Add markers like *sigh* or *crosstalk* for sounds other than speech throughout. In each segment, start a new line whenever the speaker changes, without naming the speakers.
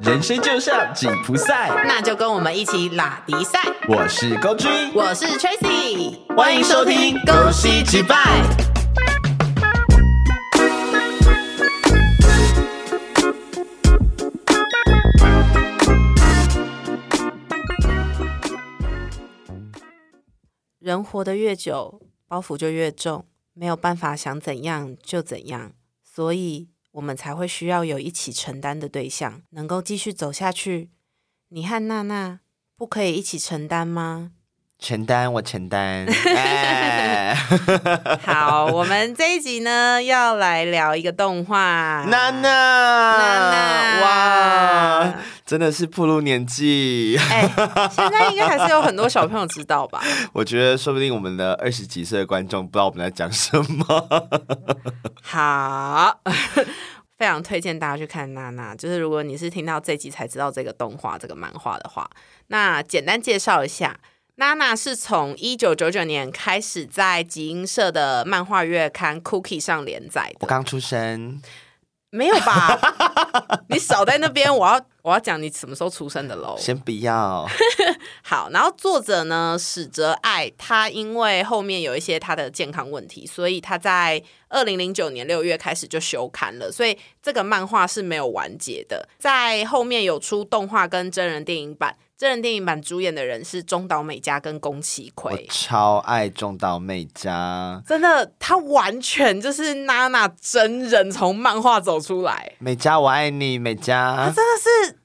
人生就像紧箍赛，
那就跟我们一起拉迪赛。
我是高君，
我是 Tracy，
欢迎收听
《
恭喜击败》。
人活得越久，包袱就越重，没有办法想怎样就怎样，所以我们才会需要有一起承担的对象，能够继续走下去。你和娜娜不可以一起承担吗？
承担我承 *laughs* 担。哎
好，我们这一集呢要来聊一个动画。
娜娜，
娜
哇，真的是步入年纪，
哎、现在应该还是有很多小朋友知道吧？
我觉得说不定我们的二十几岁的观众不知道我们在讲什么。
好， *laughs* 非常推荐大家去看娜娜。就是如果你是听到这集才知道这个动画、这个漫画的话，那简单介绍一下。娜娜是从一九九九年开始在集英社的漫画月刊《Cookie》上连载
我
的，
刚出生，
没有吧？ *laughs* 你少在那边，我要我要讲你什么时候出生的喽。
先不要。
好，然后作者呢，史哲爱，他因为后面有一些他的健康问题，所以他在二零零九年六月开始就休刊了，所以这个漫画是没有完结的，在后面有出动画跟真人电影版。真人电影版主演的人是中岛美嘉跟宫崎
我
葵，
超爱中岛美嘉，
真的，他完全就是娜娜真人从漫画走出来，
美嘉我爱你，美嘉。
真的是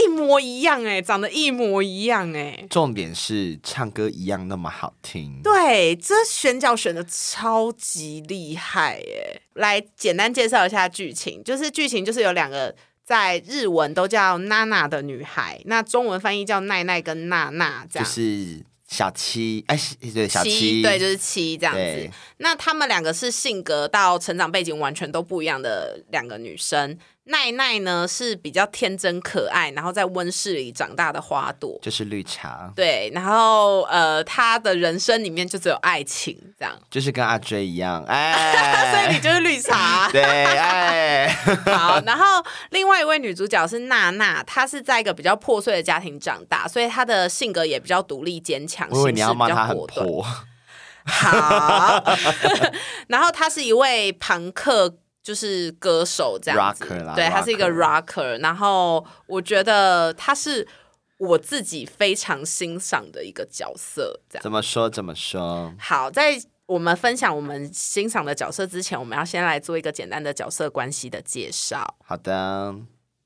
一模一样哎、长得一模一样哎、
重点是唱歌一样那么好听。
对，这选角选的超级厉害耶！来简单介绍一下剧情，就是剧情就是有两个在日文都叫娜娜的女孩，那中文翻译叫奈奈跟娜娜这
就
样。
是小七，哎，是对，小
七
七，
对，就是七这样子
对。
那她们两个是性格到成长背景完全都不一样的两个女生。奈奈呢是比较天真可爱，然后在温室里长大的花朵。
就是绿茶，
对，然后呃，她的人生里面就只有爱情这样。
就是跟阿追一样，
*laughs* 所以
哎，。
你就是绿茶
*laughs* 对，
*laughs*
哎，
好，然后另外一位女主角是娜娜，她是在一个比较破碎的家庭长大，所以她的性格也比较独立坚强，
我以为你要
行事
骂
比
他
较
很
果
*laughs*
断。
破，
好， *laughs* 然后她是一位朋克。就是歌手这样子
Rocker 啦
对，她是一个 rocker。然后我觉得她是我自己非常欣赏的一个角色，这样。
怎么说怎么说，
好，在我们分享我们欣赏的角色之前，我们要先来做一个简单的角色关系的介绍。
好的，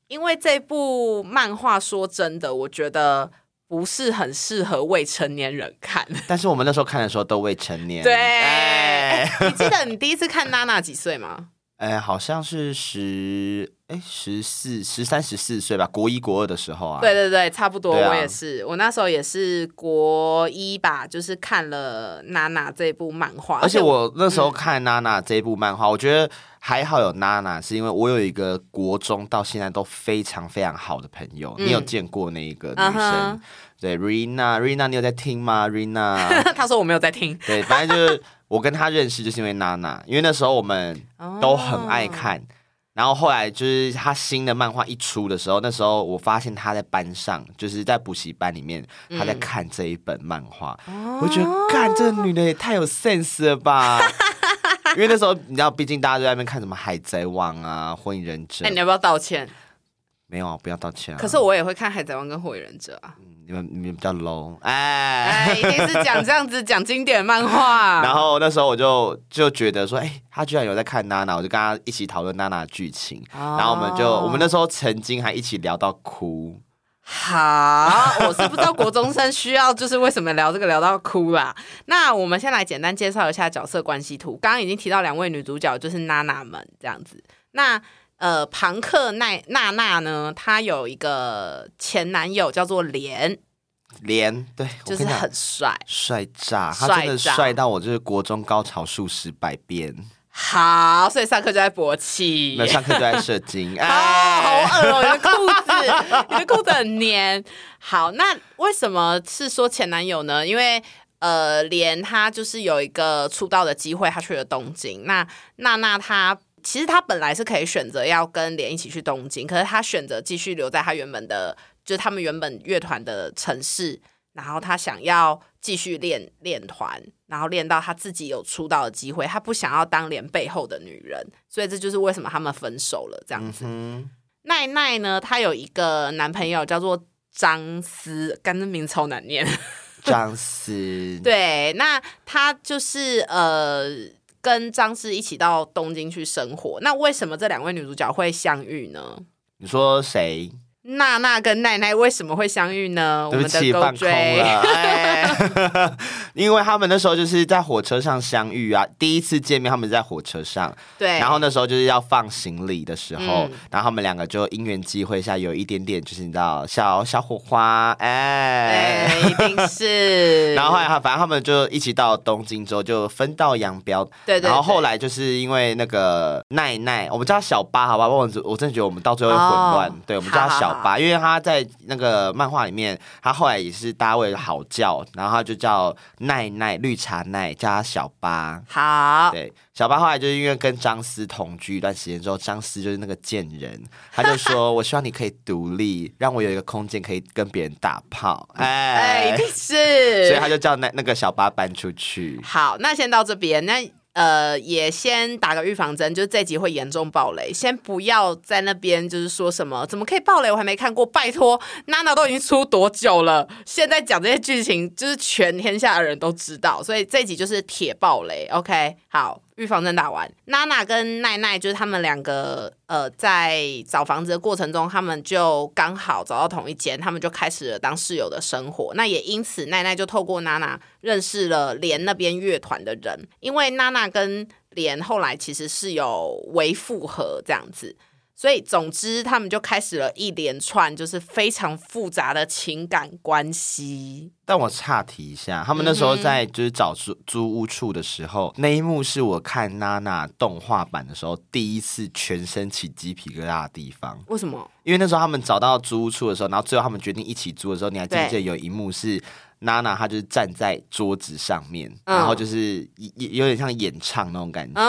因为这部漫画，说真的，我觉得不是很适合未成年人看。 *laughs*
但是我们那时候看的时候都未成年，
对，
哎，
你记得你第一次看娜娜几岁吗？
哎，好像是十，哎，十四、十三、十四岁吧，国一国二的时候啊，
对，对对，差不多，
对啊
我也是，我那时候也是国一吧，就是看了娜娜这部漫画，
而且
*laughs*
我那
嗯
时候看娜娜这一部漫画，我觉得还好有娜娜，是因为我有一个国中到现在都非常非常好的朋友，
嗯
你有见过那一个女
嗯
生
哼
对 Rina，Rina 你有在听吗？Rina，
*laughs* 他说我没有在听，
对，反正就是我跟她认识就是因为娜娜，因为那时候我们都很爱
哦
看。然后后来就是她新的漫画一出的时候，那时候我发现她在班上，就是在补习班里面，她
嗯
在看这一本漫画，
哦
我就觉得干这个女的也太有 sense 了
*laughs*
吧！因为那时候你知道，毕竟大家都在那边看什么《海贼王》啊，《火影忍者
哎、》你要不要道
嗯
歉？
没有啊，不要道歉啊。
可是我也会看《海贼王》跟《火影忍者》
*laughs*
啊，
你们你们比较 low，哎。
*laughs* 哎，一定是讲这样子讲经典漫画，啊
然后那时候我就就觉得说，哎、她居然有在看娜娜，我就跟她一起讨论娜娜的剧情。
哦
然后我们就我们那时候曾经还一起聊到哭，
好，我是不知道国中生需要就是为什么聊这个聊到哭啦。那我们先来简单介绍一下角色关系图。刚刚已经提到两位女主角就是娜娜们这样子。那呃，庞克奈娜娜呢，她有一个前男友叫做莲，
连对我跟
就是
你讲
很帅。
帅炸，他
帅炸
真的帅到我就是国中高潮数十百遍，
好，所以上课就在勃起。
那上课就在射
*laughs*
精，
啊，
哎，
好恶哦、你的裤子，你的裤子很黏。好，那为什么是说前男友呢？因为呃，连他就是有一个出道的机会，他去了东京。那娜娜她其实他本来是可以选择要跟莲一起去东京，可是他选择继续留在他原本的，就是他们原本乐团的城市，然后他想要继续练练团，然后练到他自己有出道的机会，他不想要当莲背后的女人，所以这就是为什么他们分手了这样子。
嗯，
奈奈呢，她有一个男朋友叫做张思，干这名字超
*laughs*
难念。
张思，
对，那她就是呃跟张思一起到东京去生活。那为什么这两位女主角会相遇呢？
你说谁？
娜娜跟奈奈为什么会相遇呢？我
对不
们的
起，
狗
放空
追，
了。哎
*laughs*
*laughs* 因为他们那时候就是在火车上相遇啊，第一次见面他们在火车上，
对，
然后那时候就是要放行李的时候，
嗯
然后他们两个就因缘际会下有一点点就是你知道小小火花，哎、
对，一定
*laughs*
是。
然后后来他反正他们就一起到东京之后就分道扬镳，
对对对，
然后后来就是因为那个奈奈，我们叫她小八，好吧？我我真的觉得我们到最后会混乱。
哦
对，我们叫她小
好
八，因为她在那个漫画里面，她后来也是大家为了好叫，然后她就叫奈奈绿茶奈，叫她小八。
好，
对，小八后来就是因为跟张思同居一段时间之后，张思就是那个贱人，他就
*laughs*
说：“我希望你可以独立，让我有一个空间可以跟别人打炮。”
哎，
哎
一，定是。
所以他就叫那那个小八搬出去。
好，那先到这边。那呃，也先打个预防针，就是这集会严重爆雷，先不要在那边就是说什么怎么可以爆雷，我还没看过，拜托，娜娜都已经出多久了？现在讲这些剧情，就是全天下的人都知道，所以这集就是铁爆雷。OK，好。预防针打完，娜娜跟奈奈就是他们两个，呃，在找房子的过程中，他们就刚好找到同一间，他们就开始了当室友的生活。那也因此，奈奈就透过娜娜认识了莲那边乐团的人，因为娜娜跟莲后来其实是有微复合这样子。所以，总之，他们就开始了一连串就是非常复杂的情感关系。
但我岔题一下，他们那时
嗯
候在就是找租租屋处的时候，那一幕是我看娜娜动画版的时候第一次全身起鸡皮疙瘩的地方。
为什么？
因为那时候他们找到租屋处的时候，然后最后他们决定一起租的时候，你还记不记得
对
有一幕是娜娜她就是站在桌子上面，
嗯
然后就是也也有点像演唱那种感觉。我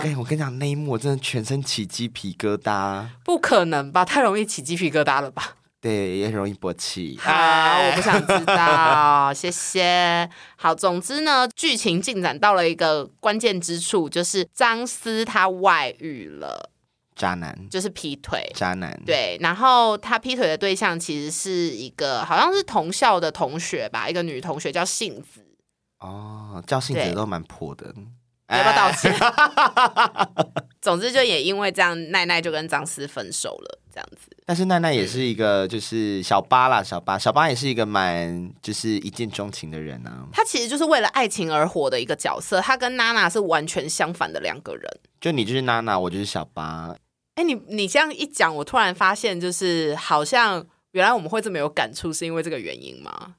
嗯，
跟我跟你讲，那一幕我真的全身起鸡皮疙瘩，
不可能吧？太容易起鸡皮疙瘩了吧？
对，也很容易勃起。
好，
哎
我不想知道，谢谢。好，总之呢，剧情进展到了一个关键之处，就是张思他外遇了，
渣男，
就是劈腿。
渣男，，
对，然后他劈腿的对象其实是一个好像是同校的同学吧，一个女同学叫杏子，
哦，叫性子
对
都蛮破的。哎
要不要道歉？哎 *laughs* 总之就也因为这样，奈奈就跟张思分手了，这样子。
但是奈奈也是一个，就是小八啦，小八，小八也是一个蛮就是一见钟情的人啊。
他其实就是为了爱情而活的一个角色，他跟娜娜是完全相反的两个人。
就你就是娜娜，我就是小八，
哎、你你这样一讲，我突然发现，就是好像原来我们会这么有感触，是因为这个原因吗？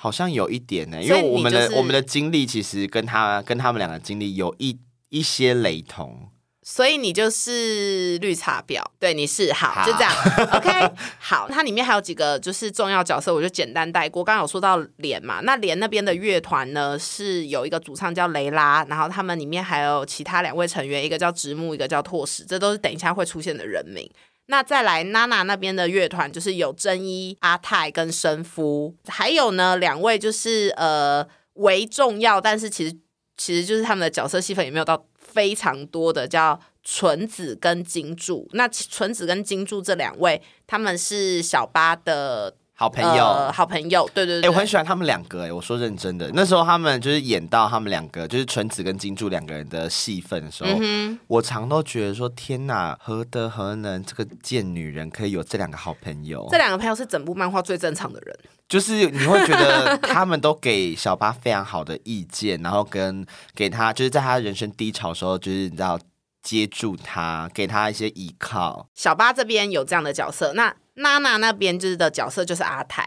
好像有一点呢、欸因
所以
为我们
你
的、
就是
我们的经历其实跟他跟他们两个经历有一一些雷同。
所以你就是绿茶婊，对，你是好，
好
就这样。OK，好，它里面还有几个就是重要角色，我就简单带过。刚刚有说到莲嘛，那莲那边的乐团呢是有一个主唱叫雷拉，然后他们里面还有其他两位成员，一个叫直木，一个叫拓史，这都是等一下会出现的人名。那再来，娜娜那边的乐团就是有真一、阿泰跟生夫，还有呢两位就是呃为重要，但是其实其实就是他们的角色戏份也没有到非常多的，叫纯子跟金柱。那纯子跟金柱这两位，他们是小八的
好朋友，
呃好朋友，对对
哎、
对，
我很喜欢他们两个、哎，我说认真的，那时候他们就是演到他们两个，就是纯子跟金柱两个人的戏份的时
嗯
候，我常都觉得说，天哪，何德何能，这个贱女人可以有这两个好朋友，
这两个朋友是整部漫画最正常的人。
就是你会觉得 *laughs* 他们都给小巴非常好的意见，然后跟给他就是在他人生低潮的时候，就是你知道接住他，给他一些依靠。
小八这边有这样的角色，那娜娜那边就是的角色就是阿泰，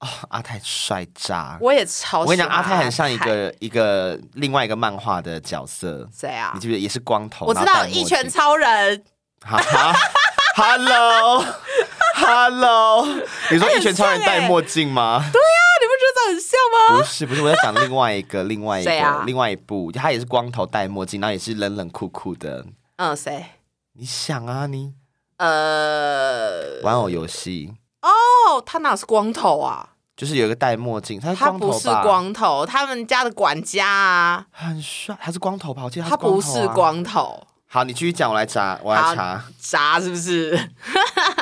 哦、阿泰帅炸！
我也超
我跟你讲，阿泰很像一
喜欢阿泰
个一个另外一个漫画的角色，
谁啊
你？记不记得也是光头？
我知
然后
道
戴墨镜
一拳超人，
好好 *laughs* ，Hello。Hello，你
哎
说一拳超人
欸
戴墨镜吗？
你不觉得这很像吗？
不是不是，我在讲
*laughs*
另外一个另外一
啊谁
个、
啊
另外一部，他也是光头戴墨镜，然后也是冷冷酷酷的。
嗯，谁？
你想啊，你
呃，
玩偶游戏
哦，他哪是光头啊？
就是有一个戴墨镜，他是
他
光头
不
吧？
是光头，他们家的管家啊，
很帅，他是光头啊吧？我记得
他
光头、
不是。光头，
好，你继续讲，我来查，我来查。
渣是不是 *laughs*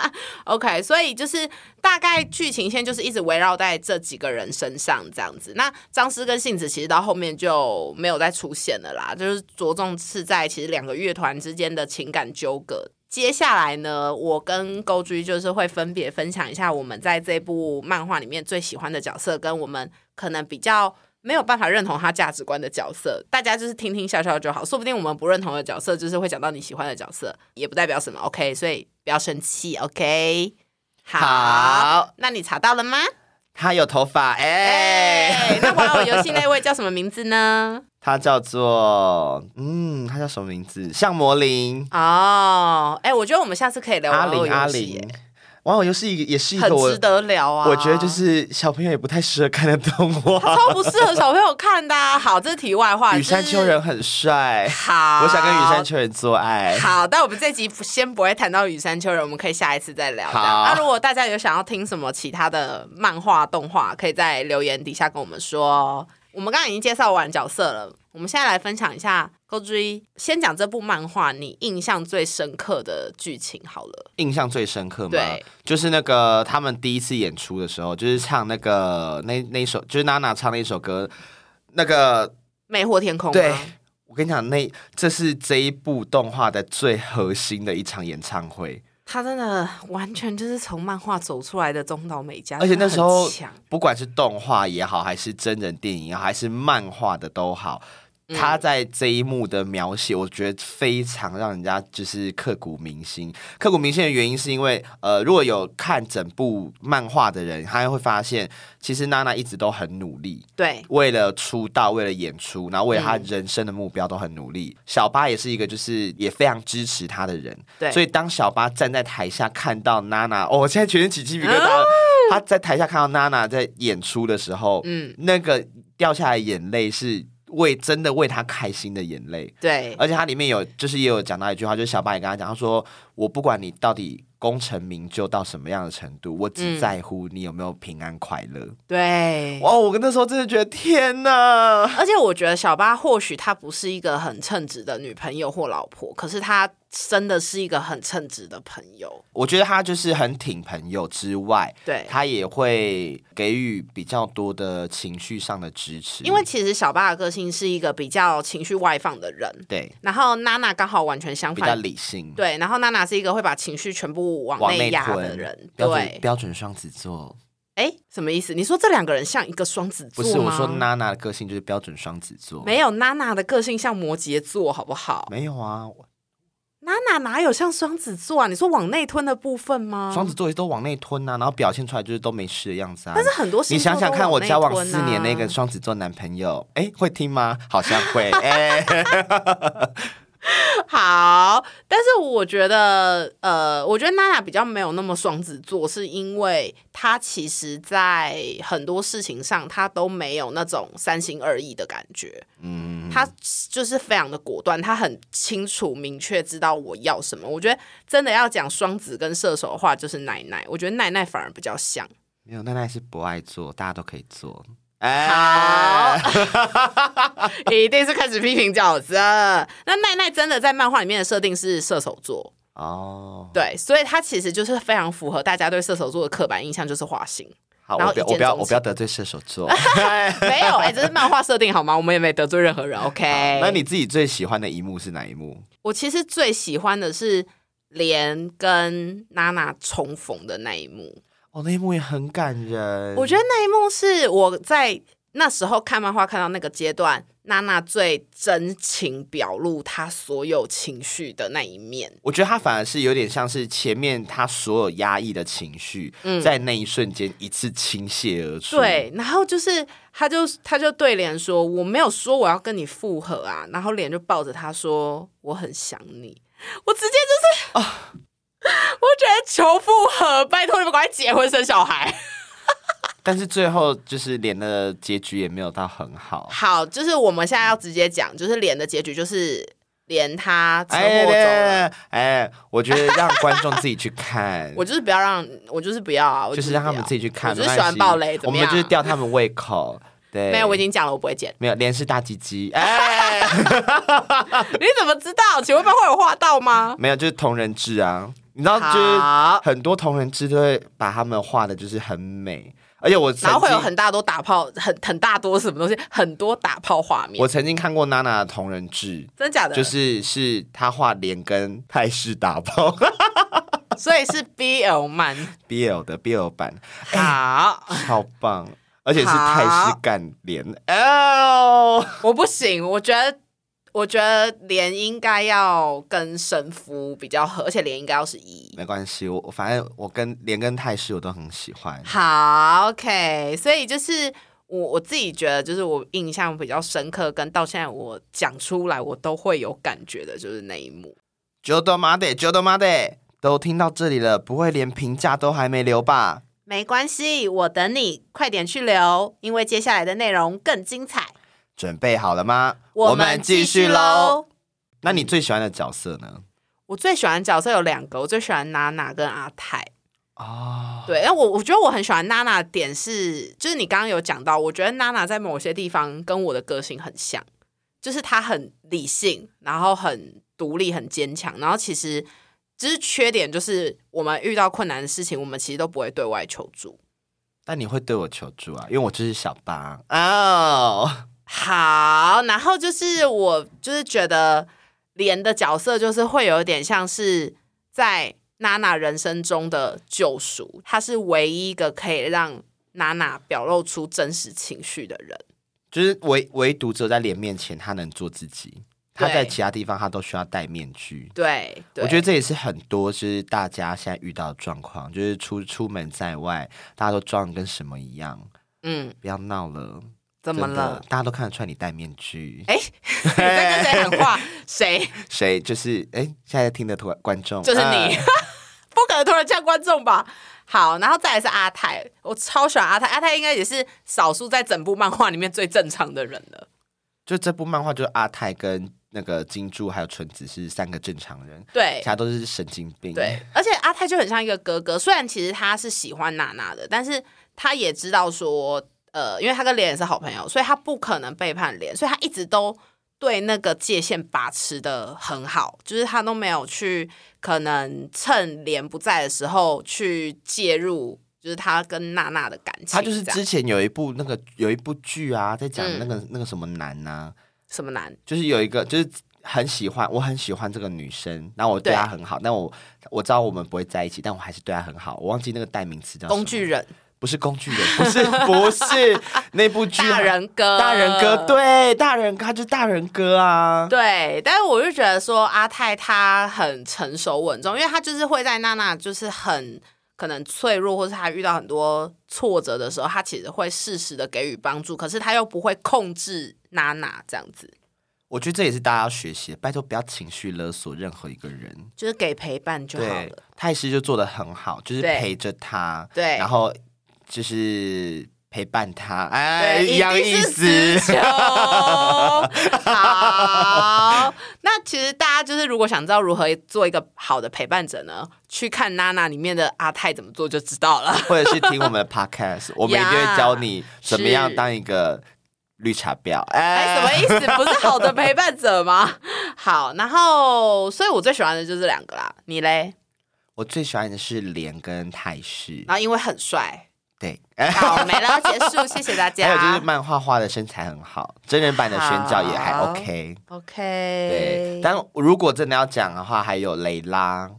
？OK，所以就是大概剧情线就是一直围绕在这几个人身上这样子。那张师跟杏子其实到后面就没有再出现了啦，就是着重是在其实两个乐团之间的情感纠葛。接下来呢，我跟勾居就是会分别分享一下我们在这部漫画里面最喜欢的角色，跟我们可能比较没有办法认同他价值观的角色，大家就是听听笑笑就好。说不定我们不认同的角色，就是会讲到你喜欢的角色，也不代表什么。OK，所以不要生气。OK，好，
好
那你查到了吗？
他有头发，哎、
哎、那玩偶游戏那位叫什么名字呢？
他叫做，嗯，他叫什么名字？像魔灵，
哦，哎，我觉得我们下次可以聊
阿
玩偶
玲，阿
游戏
玲，玩偶游戏也是一
耶，
个
很
我
值得聊啊。
我觉得就是小朋友也不太适合看的动
*laughs*
画。
超不适合小朋友看的啊、好，这是题外话。
羽山
就是
丘人很帅，
好，
我想跟羽山丘人做爱。
好，但我们这集先不会谈到羽山丘人，我们可以下一次再聊。
好
这样那、如果大家有想要听什么其他的漫画、动画，可以在留言底下跟我们说哦。我们刚刚已经介绍完角色了，我们现在来分享一下《Go G》。先讲这部漫画，你印象最深刻的剧情好了。
印象最深刻嘛
对，
就是那个他们第一次演出的时候，就是唱那个那那一首，就是娜娜唱那一首歌，那个
魅惑天空吗
对我跟你讲，那这是这一部动画的最核心的一场演唱会。
他真的完全就是从漫画走出来的中岛美嘉，
而且那时候
真的很强
不管是动画也好，还是真人电影也好，还是漫画的都好，他在这一幕的描写，我觉得非常让人家就是刻骨铭心。刻骨铭心的原因是因为，呃，如果有看整部漫画的人，他会发现，其实娜娜一直都很努力，
对
为了出道，为了演出，然后为了他人生的目标都很努力。小巴也是一个就是也非常支持他的人，
对
所以当小巴站在台下看到娜娜，哦，我现在全身起鸡皮疙瘩
哦
了。他在台下看到娜娜在演出的时候，
嗯
嗯，那个掉下来的眼泪是为真的为他开心的眼泪。
对，
而且它里面有，就是也有讲到一句话，就是小巴也跟他讲，他说：“我不管你到底功成名就到什么样的程度，我只
嗯
在乎你有没有平安快乐。
对，
哇！我那时候真的觉得天哪，
而且我觉得小巴或许她不是一个很称职的女朋友或老婆，可是她真的是一个很称职的朋友。
我觉得他就是很挺朋友之外，
对，
他也会给予比较多的情绪上的支持，
因为其实小巴的个性是一个比较情绪外放的人，
对
然后娜娜刚好完全相
比较
反。
理性，
对，然后娜娜是一个会把情绪全部往
往
内
内
压
吞
的人。
标准
对，
标准双子座，
哎，什么意思？你说这两个人像一个双子
不
座吗？
是我说娜娜的个性就是标准双子座，
没有娜娜的个性像摩羯座，好不好？
没有啊，
娜娜哪有像双子座啊？你说往内吞的部分吗？
双子座也都往内吞啊，然后表现出来就是都没事的样子啊。
但是很多
你
星座
想想
都
看，我
往内
交往
吞
四年
啊
那个双子座男朋友，哎，会听吗？好像
*laughs*
会，哎，
好，但是我觉得，呃，我觉得娜娜比较没有那么双子座，是因为她其实，在很多事情上，她都没有那种三心二意的感觉。
嗯，
她就是非常的果断，她很清楚明确知道我要什么。我觉得真的要讲双子跟射手的话，就是奶奶。我觉得奶奶反而比较像。
没有，奈奈是不爱做，大家都可以做。
好， *laughs* 一定是开始批评角色。那奈奈真的在漫画里面的设定是射手座。
哦，
对，所以他其实就是非常符合大家对射手座的刻板印象，就是
*laughs*
花心。
好，
然后
我不要
一见
我不要
钟情
我不要得罪射手座。
没有，哎、这是漫画设定好吗？我们也没得罪任何人。OK，
那你自己最喜欢的一幕是哪一幕？
我其实最喜欢的是莲跟娜娜重逢的那一幕。
哦，那一幕也很感人。
我觉得那一幕是我在那时候看漫画看到那个阶段，娜娜最真情表露她所有情绪的那一面。
我觉得他反而是有点像是前面他所有压抑的情绪，在那一瞬间一次倾泻而出。
嗯对，然后就是他就他就对脸说我没有说我要跟你复合啊，然后脸就抱着他说我很想你，我直接就是啊， *laughs* 我觉得求复合，拜托你们赶快结婚生小孩。 *laughs*
但是最后就是连的结局也没有到很好。
好，就是我们现在要直接讲，就是脸的结局就是连他车祸
哎
走了。
哎哎，我觉得让观众自己去看
*laughs* 我，就是不要让，我就是不要啊！我
就是
不
让他们
要
自己去看，
我就
没关
是喜欢
系
暴雷，怎
我
么
们
样？
就是吊他们胃口。对，
没有，我已经讲了，我不会剪。 *laughs*
没有，连是大鸡鸡，哎，
你怎么知道？请问班会有画到吗？
没有，就是同人志啊，你知道，就是
好，
很多同人志都会把他们画的，就是很美，而且我曾
然后会有
经
很大多打炮，很很大多什么东西，很多打炮画面
我，曾经看过娜娜的同人志，
真假的？
就，是是她画脸跟泰式打包 *laughs*
所以是 BL 漫。
BL 的 BL 版，
好，
超棒，而且是泰式干脸，哦，
我不行，我觉得。我觉得脸应该要跟神夫比较合，而且脸应该要是一。
没关系，我我反正我跟连跟泰式我都很喜欢，
好，OK，所以就是我我自己觉得，就是我印象比较深刻，跟到现在我讲出来我都会有感觉的，就是那一幕。
九斗马得九斗马得，都听到这里了，不会连评价都还没留吧？
没关系，我等你，快点去留，因为接下来的内容更精彩。
准备好了吗？。。那你最喜欢的角色呢？
我最喜欢角色有两个，我最喜欢娜娜跟阿泰。
哦，
对，因为我我觉得我很喜欢娜娜的点是，就是你刚刚有讲到，我觉得娜娜在某些地方跟我的个性很像，就是她很理性，然后很独立、很坚强，然后其实只是缺点就是我们遇到困难的事情，我们其实都不会对外求助。
但你会对我求助啊，因为我就是小八哦。
好，然后就是我就是觉得莲的角色就是会有一点像是在娜娜人生中的救赎，她是唯一一个可以让娜娜表露出真实情绪的人。
就是唯唯独只有在脸面前，他能做自己；他
对
在其他地方，他都需要戴面具。
对，对
我觉得这也是很多就是大家现在遇到的状况，就是出出门在外，大家都装得跟什么一样。
嗯，
不要闹了，
怎么
真的
了？？
大家都看得出来你戴面具。
哎，你 *laughs* 在跟谁喊话？谁？
谁就是哎，现在听的观观众
就是
呃
你，不可能突然叫观众吧？好，然后再来是阿泰，我超喜欢阿泰，阿泰应该也是少数在整部漫画里面最正常的人了。
就这部漫画，就是阿泰跟那个金柱还有纯子是三个正常人，
对
其，他都是神经病。
哎对，，而且阿泰就很像一个哥哥，虽然其实他是喜欢娜娜的，但是他也知道说，呃，因为他跟莲也是好朋友，所以他不可能背叛莲，所以他一直都对那个界限把持的很好，就是他都没有去可能趁莲不在的时候去介入，就是他跟娜娜的感情这
他
样，
就是之前有一部那个有一部剧啊，在
嗯
讲那个、那个什么男呐、
什么男
就是有一个就是很喜欢，我很喜欢这个女生，然后我对
对
她很好，但我我知道我们不会在一起，但我还是对她很好。我忘记那个代名词叫什么
工具，人、
不是工具人， *laughs* 不是不是那部剧
大。人哥、
大人哥，对大人哥，他就是大人哥啊！
对，但是我就觉得说阿泰他很成熟稳重，因为他就是会在娜娜就是很可能脆弱，或是他遇到很多挫折的时候，他其实会适时的给予帮助，可是他又不会控制娜娜这样子，
我觉得这也是大家要学习的，拜托不要情绪勒索任何一个人。
就是给陪伴就好
对
了。，
泰师就做的很好，就是
对
陪着他，
对
然后就是陪伴他，哎，
对，
一样意
定是
思。
死球好，那其实大家就是如果想知道如何做一个好的陪伴者呢，去看娜娜里面的阿泰怎么做就知道了。
*laughs* 或者是听我们的
*laughs*
podcast，我们一定会教你怎么样当一个绿茶婊。
哎，什
哎，
么意思？不是好的陪伴者吗？ *laughs* 好，然后，所以我最喜欢的就是这两个啦。你嘞？
我最喜欢的是莲跟泰式，
然后因为很帅。
对，哎，
好，没了，结束，谢谢大
*laughs* 还有就是
家。
漫画画的身材很好，真人版的选角也还
好
OK。对
OK，，
但如果真的要讲的话，还有蕾拉。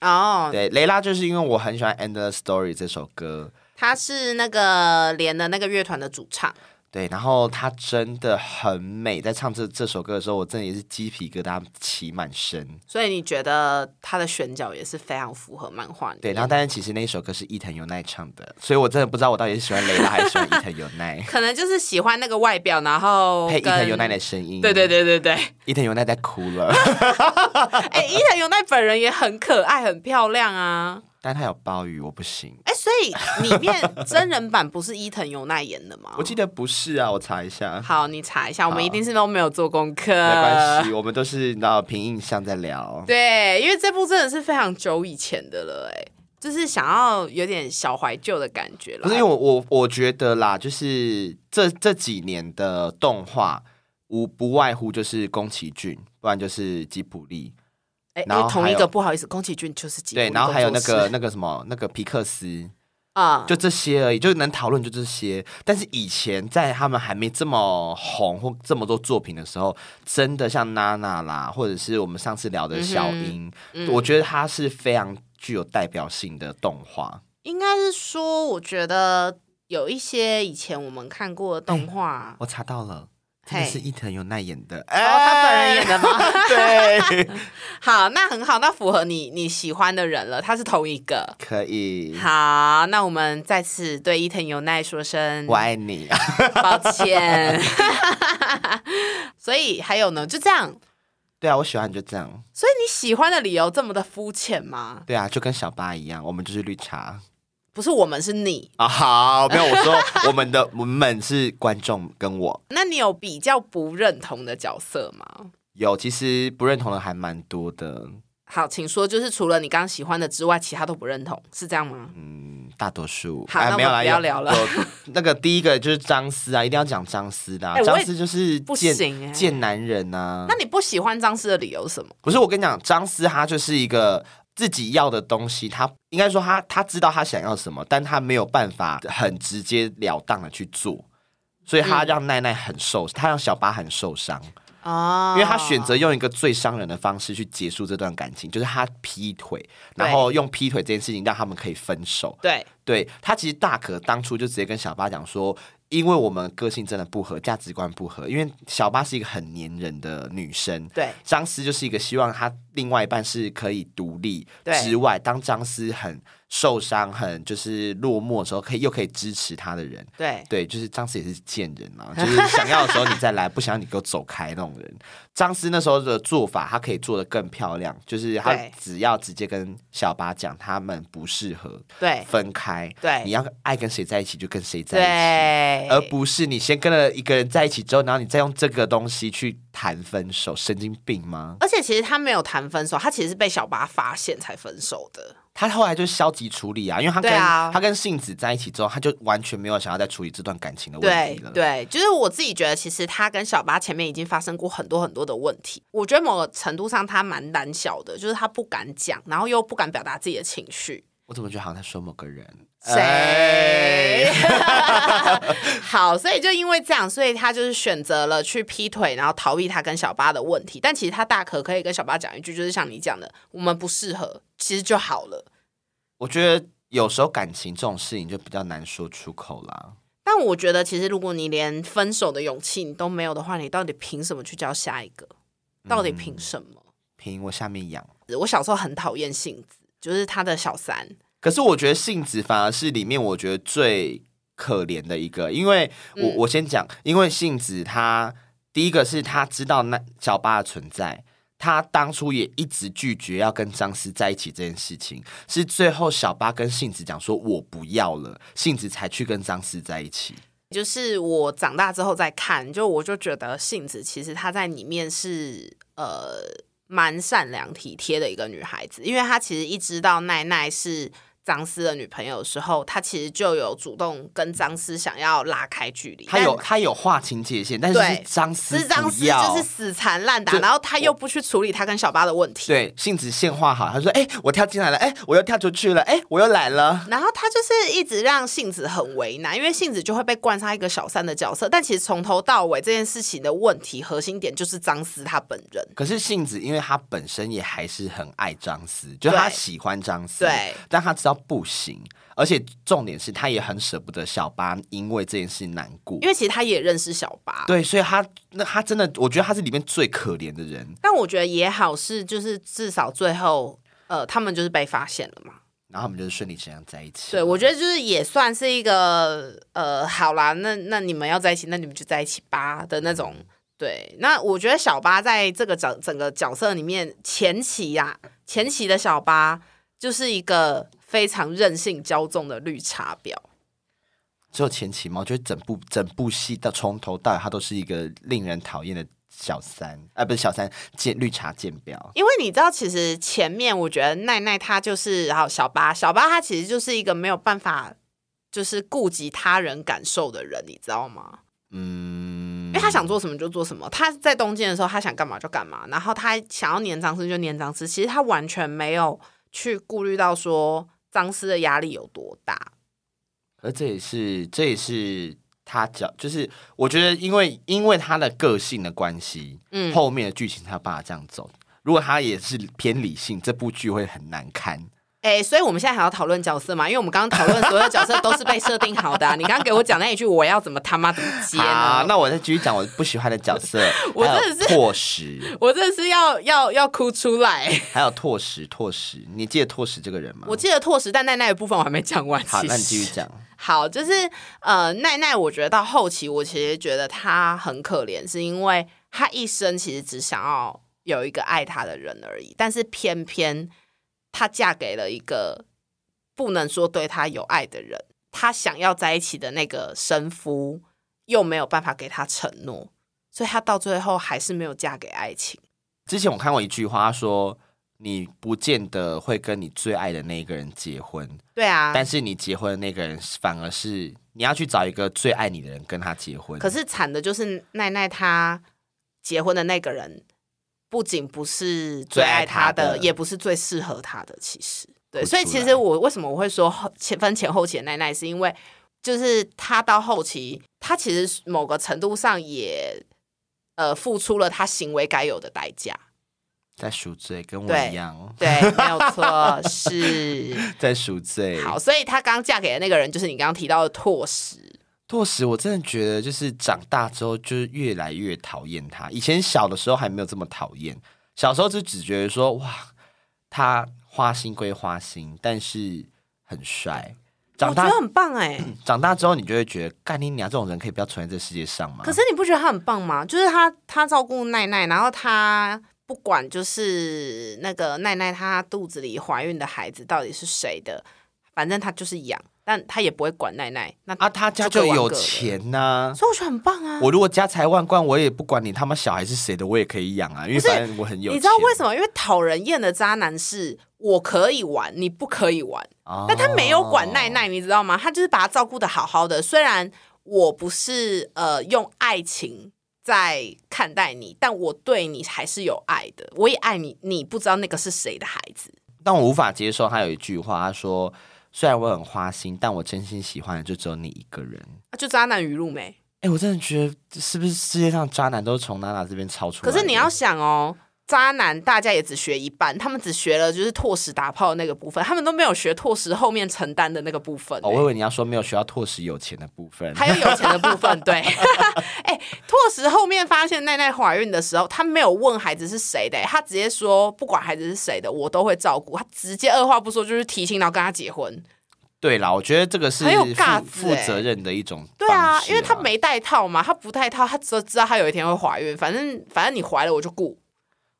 哦，
对，蕾拉就是因为我很喜欢《End the Story》这首歌，
他是那个连的那个乐团的主唱，
对，然后她真的很美，在唱这这首歌的时候，我真的也是鸡皮疙瘩起满身。
所以你觉得他的选角也是非常符合漫画里面，
对，然后但是其实那一首歌是伊藤由奈唱的，所以我真的不知道我到底是喜欢蕾拉还是喜欢伊藤由奈
*laughs* 可能就是喜欢那个外表，然后
配伊藤由奈
跟
的声音。
对对，对对 *laughs* 对。
伊藤由奈在哭了， *laughs*
哎，伊藤由奈本人也很可爱，很漂亮啊。
但她有鲍鱼，我不行。
哎，所以里面真人版不是伊藤由奈演的吗
我？记得不是啊，我查一下，
好，你查一下，我们一定是都没有做功课，
没关系，我们都是拿凭印象在聊。
呃对，因为这部真的是非常久以前的了、哎，就是想要有点小怀旧的感觉了。
不是因为我我我觉得啦，就是这这几年的动画无不外乎就是宫崎骏，不然就是吉卜力，
哎，因
然后
为同
还
一
有
个不好意思，宫崎骏就是吉卜
对，
力
然后还有那
工作 *laughs*
个
室
那个什么那个皮克斯，
啊，
就这些而已，就是能讨论就这些。但是以前在他们还没这么红或这么多作品的时候，真的像娜娜啦，或者是我们上次聊
嗯
的小樱，我觉得它是非常具有代表性的动画。
*laughs* 应该是说，我觉得有一些以前我们看过的动画，
我查到了，真
嘿
的是伊藤由奈演的，
哦，他本人演的吗？
哎 *laughs* 对，
*laughs* 好，那很好，那符合你你喜欢的人了，他是同一个。
可以，
好，那我们再次对伊藤由奈说声
我爱你。 *laughs*
抱歉。 *laughs* 所以还有呢，就这样。
对啊，我喜欢就这样。
所以你喜欢的理由这么的肤浅吗？
对啊，就跟小八一样，我们就是绿茶
不是我们是你，
啊。好，没有我说我们的我们是观众跟我。
那你有比较不认同的角色吗？
有，其实不认同的还蛮多的，
好，请说，就是除了你刚刚喜欢的之外，其他都不认同，是这样吗？
嗯，大多数。
好那我
没有
们
啦，
不要
有
聊了。
有那个第一个就是张思啊，一定要讲张思的啊、
哎我
张
也
思就是
不
贱
行哎
贱男人啊
那。你不喜欢张氏的理由是什么？
不是，我跟你讲，张思他就是一个自己要的东西，他应该说他他知道他想要什么，但他没有办法很直截了当的去做。所以
嗯
他让奈奈很受，他让小八很受伤，
哦
因为他选择用一个最伤人的方式去结束这段感情，就是他劈腿，然后用劈腿这件事情让他们可以分手。
对，
对他其实大可当初就直接跟小八讲说，因为我们个性真的不合，价值观不合，因为小八是一个很粘人的女生。
对
张思就是一个希望她另外一半是可以独立
对
之外，当张思很受伤、很就是落寞的时候，可以又可以支持她的人。
对，
对，就是张思也是贱人嘛，就是想要的时候你再来，不想要你给我走开那种人。张思那时候的做法，他可以做的更漂亮，就是他
对
只要直接跟小八讲他们不适合，
对，
分开，
对
你要爱跟谁在一起就跟谁在一起。
对，
而不是你先跟了一个人在一起之后，然后你再用这个东西去谈分手，神经病吗？
而且其实他没有谈分手，他其实是被小八发现才分手的。
他后来就消极处理啊，因为他跟、
对啊
他跟杏子在一起之后，他就完全没有想要再处理这段感情的问
对
题了。
对，就是我自己觉得，其实他跟小八前面已经发生过很多很多的问题。我觉得某个程度上他蛮胆小的，就是他不敢讲，然后又不敢表达自己的情绪。
我怎么觉得好像在说某个人？
谁
哎？
*laughs*
*laughs*
好，所以就因为这样，所以他就是选择了去劈腿，然后逃避他跟小八的问题。但其实他大可可以跟小八讲一句，就是像你讲的，我们不适合，其实就好了。
我觉得有时候感情这种事情就比较难说出口啦。
但我觉得，其实如果你连分手的勇气你都没有的话，你到底凭什么去交下一个？到底
嗯
凭什么？
凭我下面痒。
我小时候很讨厌杏子，就是他的小三。
可是我觉得杏子反而是里面我觉得最可怜的一个，因为我、
嗯
我先讲，因为杏子她第一个是她知道那小八的存在，她当初也一直拒绝要跟张思在一起这件事情，是最后小八跟杏子讲说我不要了，杏子才去跟张思在一起。
就是我长大之后再看，就我就觉得杏子其实她在里面是呃蛮善良体贴的一个女孩子，因为她其实一知道奈奈是张思的女朋友的时候，她其实就有主动跟张思想要拉开距离。
她有
但
她有划清界限，但是是
对
张思
是张
不
思
要
就是死缠烂打，
就
然后她又不去处理她跟小八的问题。
对杏子线画好，她说哎、我跳进来了，哎、我又跳出去了，哎、我又来了。
然后他就是一直让杏子很为难，因为杏子就会被冠上一个小三的角色，但其实从头到尾这件事情的问题核心点就是张思他本人。
可是杏子，因为她本身也还是很爱张思，就是她
对
喜欢张思，
对，
但她知道不行，而且重点是她也很舍不得小八因为这件事难过
因，为其实他也认识小八，
对，所以她那她真的，我觉得她是里面最可怜的人。
但我觉得也好是就是至少最后呃他们就是被发现了嘛。
然后他们就是顺理成章在一起，
对，我觉得就是也算是一个呃好啦，那那你们要在一起，那你们就在一起吧的那种。对，那我觉得小八在这个整整个角色里面前期呀、前期的小八就是一个。非常任性骄纵的绿茶婊。
只有前期嘛，我觉得整部整部戏到从头到尾，它都是一个令人讨厌的小三，啊、不是小三，贱绿茶贱婊。
因为你知道，其实前面我觉得奈奈她就是，然后小八，小八她其实就是一个没有办法，就是顾及他人感受的人，你知道吗？
嗯，
因为他想做什么就做什么，他在东京的时候他想干嘛就干嘛，然后他想要粘张师就粘张师，其实他完全没有去顾虑到说张师的压力有多大。
而这也是这也是他讲，就是我觉得因为因为他的个性的关系，
嗯
后面的剧情他爸这样走。如果他也是偏理性，这部剧会很难堪。
哎、所以我们现在还要讨论角色嘛？因为我们刚刚讨论所有角色都是被设定好的啊、你刚刚给我讲那一句，我要怎么他妈怎么接
好
呢，？
那我再继续讲我不喜欢的角色，
啊 *laughs* 我
还有
真的是
拓石，
我真的是要要要哭出来。
还有拓石，拓石，你记得拓石这个人吗？
我记得拓实但奈奈的部分我还没讲完。
好，
其
那你
实
继续讲。
好，就是呃，奈奈，我觉得到后期，我其实觉得她很可怜，是因为她一生其实只想要有一个爱她的人而已，但是偏偏她嫁给了一个不能说对她有爱的人，她想要在一起的那个生夫又没有办法给她承诺，所以她到最后还是没有嫁给爱情。
之前我看过一句话，他说你不见得会跟你最爱的那一个人结婚，
对啊，
但是你结婚的那个人反而是你要去找一个最爱你的人跟他结婚。
可是惨的就是奈奈她结婚的那个人，不仅不是最爱她
最爱
的，
她的
也不是最适合她的。其实，对，
哭出
所以其实
来
我为什么我会说后前分前后期的奈奈，是因为就是她到后期，她其实某个程度上也呃付出了她行为该有的代价。
在赎罪，跟我
对
一样
对，没有
*laughs*
错，是
在赎罪。
好。所以她刚嫁给的那个人，就是你刚刚提到的拓石。
拓实，我真的觉得就是长大之后就是越来越讨厌他。以前小的时候还没有这么讨厌，小时候就只觉得说哇，他花心归花心，但是很帅。长
我觉
大
得很棒哎、
长大之后，你就会觉得干你娘这种人可以不要存在这世界上吗？
可是你不觉得他很棒吗？就是他他照顾奈奈，然后他不管就是那个奈奈她肚子里怀孕的孩子到底是谁的，反正他就是养，但他也不会管奈奈。那
啊，他家就有，钱呐、
所以我觉得很棒啊。
我如果家财万贯，我也不管你他妈小孩是谁的，我也可以养啊，因为反正我很有钱。
你知道为什
么？
么？因为讨人厌的渣男是我可以玩，你不可以玩。
哦
但他没有管奈，奈，你知道吗？他就是把她照顾的好好的。虽然我不是呃用爱情在看待你，但我对你还是有爱的，我也爱你。你不知道那个是谁的孩子，
但我无法接受他有一句话，他说：“虽然我很花心，但我真心喜欢的就只有你一个人。
啊就渣男语录没。”
哎，我真的觉得是不是世界上渣男都是从娜娜这边抄出
可
来的？
是你要想哦。渣男，大家也只学一半，他们只学了就是拓石打炮的那个部分，他们都没有学拓石后面承担的那个部分、欸
哦，我以为你要说没有学到拓实有钱的部分，
还有有钱的部分，对。 *laughs* 哎、拓实后面发现奈奈怀孕的时候，他没有问孩子是谁的、他直接说不管孩子是谁的，我都会照顾。他直接二话不说就是提亲，然后跟他结婚。
对啦，我觉得这个是
很有尬
负
子
负
哎
责任的一种
对啊
方，式
因为他没带套嘛，他不带套，他只知道他有一天会怀孕。反正反正你怀了我就顾，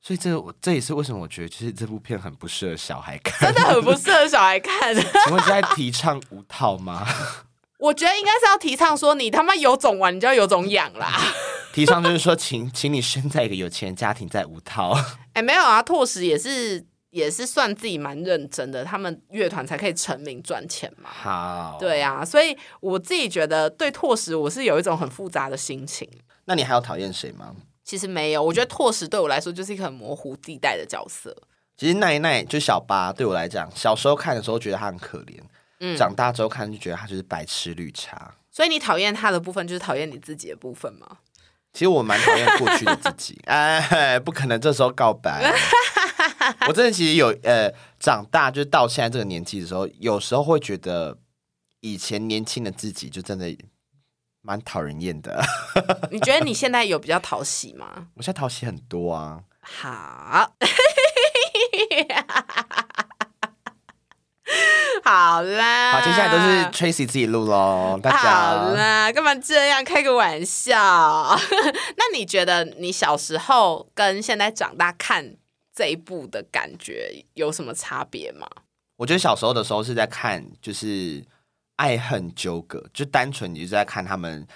所以这我这也是为什么我觉得就是这部片很不适合小孩看。
真的很不适合小孩看。
*laughs* 请问是在提倡无套吗？ *laughs*
我觉得应该是要提倡说，你他妈有种玩，你就要有种养啦。
提倡就是说请，请 *laughs* 你生在一个有钱人家庭再无套。 *laughs*
哎、没有啊，拓实也是也是算自己蛮认真的，他们乐团才可以成名赚钱嘛。
好，
对啊，所以我自己觉得对拓实我是有一种很复杂的心情。
那你还有讨厌谁吗？
其实没有，我觉得拓实对我来说就是一个很模糊地带的角色。
其实奈奈就小八，对我来讲，小时候看的时候觉得她很可怜，
嗯
长大之后看就觉得她就是白痴绿茶。
所以你讨厌他的部分，就是讨厌你自己的部分吗？
其实我蛮讨厌过去的自己，哎，不可能这时候告白。我真的其实有呃，长大就是到现在这个年纪的时候，有时候会觉得以前年轻的自己就真的蛮讨人厌的。 *laughs*
你觉得你现在有比较讨喜吗？ *laughs*
我现在讨喜很多啊，
好， *laughs* 好啦。
好，接下来都是 Tracy 自己录喽，大
啊好
家。
啦，干嘛这样开个玩笑？ *laughs* 那你觉得你小时候跟现在长大看这一部的感觉有什么差别吗？
我觉得小时候的时候是在看，就是爱恨纠葛，就单纯你就是在看他们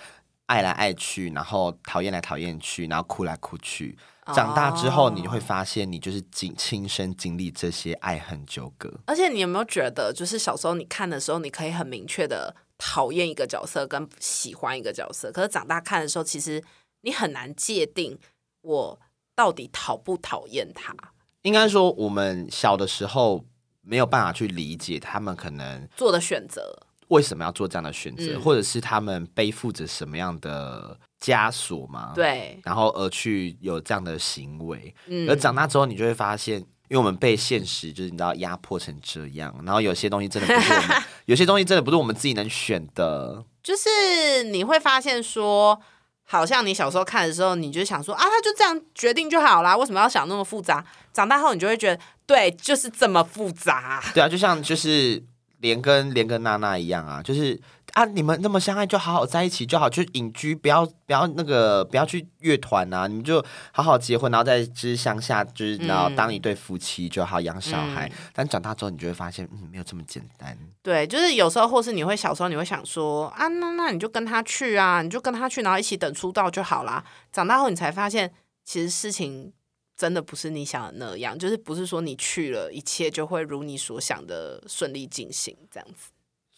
爱来爱去，然后讨厌来讨厌去，然后哭来哭去。长大之后，
哦
你会发现你就是经亲身经历这些爱恨纠葛。
而且你有没有觉得，就是小时候你看的时候，你可以很明确的讨厌一个角色跟喜欢一个角色，可是长大看的时候，其实你很难界定我到底讨不讨厌他。
应该说，我们小的时候没有办法去理解他们可能
做的选择，
为什么要做这样的选择，
嗯
或者是他们背负着什么样的枷锁嘛？，
对，
然后而去有这样的行为。
嗯
而长大之后，你就会发现，因为我们被现实就是你知道压迫成这样，然后有些东西真的不是我
*laughs*
们，有些东西真的不是我们自己能选的。
就是你会发现说，好像你小时候看的时候，你就想说啊，他就这样决定就好啦，为什么要想那么复杂？长大后你就会觉得，对，就是这么复杂。
对啊，就像就是连跟连跟娜娜一样啊，就是啊，你们那么相爱就好好在一起就好，就隐居，不要不要那个不要去乐团啊，你们就好好结婚，然后在就是乡下就是然后
嗯
当一对夫妻就好，养小孩。但长大之后，你就会发现，嗯，没有这么简单。
对，就是有时候，或是你会小时候你会想说啊，那那你就跟他去啊，你就跟他去，然后一起等出道就好啦。长大后你才发现，其实事情真的不是你想的那样，就是不是说你去了，一切就会如你所想的顺利进行这样子。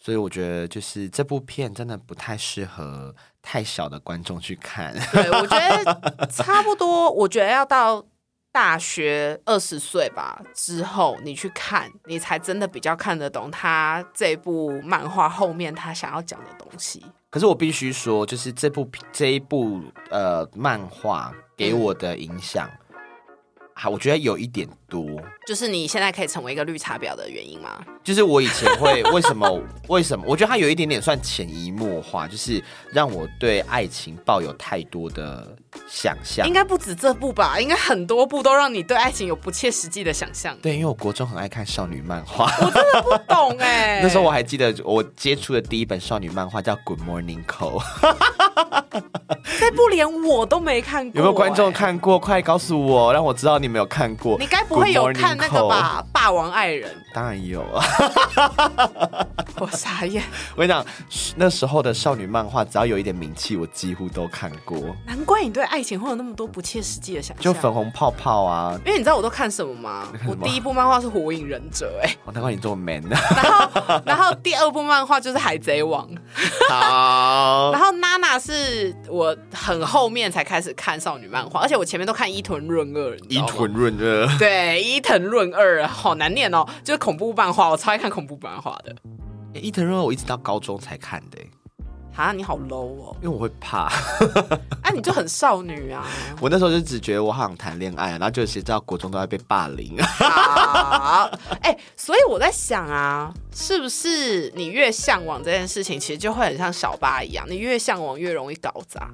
所以我觉得，就是这部片真的不太适合太小的观众去看。 *laughs*
对，我觉得差不多，我觉得要到大学二十岁吧之后，你去看，你才真的比较看得懂他这部漫画后面他想要讲的东西。
可是我必须说，就是这部这一部呃漫画
嗯
给我的影响，还、我觉得有一点多。
就是你现在可以成为一个绿茶婊的原因吗？
就是我以前会为什
*laughs*
么为什么？我觉得它有一点点算潜移默化，就是让我对爱情抱有太多的想象
应。该不止这部吧，应该很多部都让你对爱情有不切实际的想象。
对，因为我国中很爱看少女漫画，
不
*laughs*
懂哎、
那时候我还记得我接触的第一本少女漫画叫《Good Morning Call》，
这部连我都没看过、
有没有观众
哎？
看过？快告诉我，让我知道你没有看过。
你该不会有看那个
Good Morning Call？
吧，《霸王爱人
当然有啊。》？
我傻眼， *laughs*
我跟你讲，那时候的少女漫画，只要有一点名气，我几乎都看过，
难怪你对爱情会有那么多不切实际的想
就粉
象。
红泡泡啊。
因为你知道我都看什么啊吗？我第一部漫画是《火影忍者、
哦，难怪你这么 man。
哎， *laughs* 然后第二部漫画就是《海贼王》，
好 *laughs*
然，后娜娜是我很后面才开始看少女漫画，而且我前面都看伊藤润二，你知
伊
道吗
屯润二。
对，伊藤润二好难念哦，就是恐怖漫画，我超爱看恐怖漫画的。
欸伊藤润二我一直到高中才看的、欸
啊，你好 low 哦！
因为我会怕。
啊，你就很少女啊！
我那时候就只觉得我好想谈恋爱，啊然后就谁知道国中都在被霸凌。
好，哎、所以我在想啊，是不是你越向往这件事情，其实就会很像小八一样，你越向往越容易搞砸。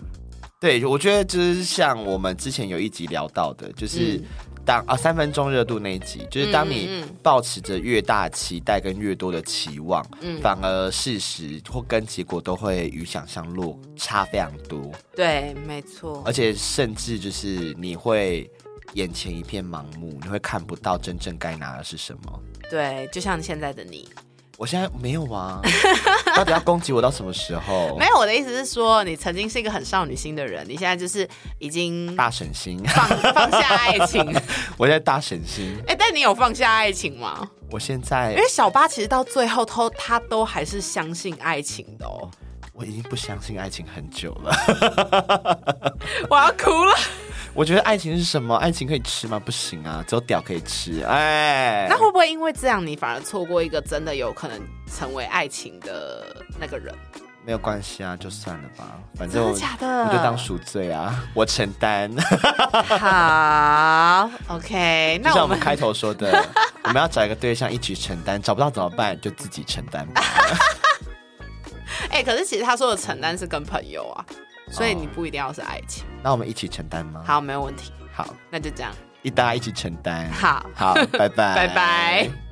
对，我觉得就是像我们之前有一集聊到的，就是
嗯
当、啊三分钟热度那一集，就是当你抱持着越大期待跟越多的期望，
嗯
反而事实或跟结果都会与想象落差非常多，
对，没错
而。且甚至就是你会眼前一片盲目，你会看不到真正该拿的是什么。
对，就像现在的你，
我现在没有啊，到底要攻击我到什么时候
没？有我的意思是说，你曾经是一个很少女心的人，你现在就是已经
大省心，
放放下爱情。
*laughs* 我现在大省心，
*laughs* 哎、但你有放下爱情吗？
我现在
因为小八其实到最后都他都还是相信爱情的哦，
我已经不相信爱情很久了。
我要哭了。
我觉得爱情是什么？爱情可以吃吗？不行啊，只有屌可以吃。哎，
*laughs* 那会不会因为这样，你反而错过一个真的有可能成为爱情的那个人？
没有关系啊，就算了吧，反
真
正
的
我
假的？
我就当赎罪
*laughs*
啊，我承担。
*laughs*
*laughs*
好，OK。
就
那
像我
我
们
们
开头说的，我们要找一个对象一起承担，找不到怎么办？就自己承担
*laughs*
吧。
哎、可是其实他说的承担是跟朋友啊，所以
哦
你不一定要是爱情。
那我们一起承担吗？，
好，没有问题，
好，
那就这样。
一大家一起承担。
好
好，拜拜，
拜拜。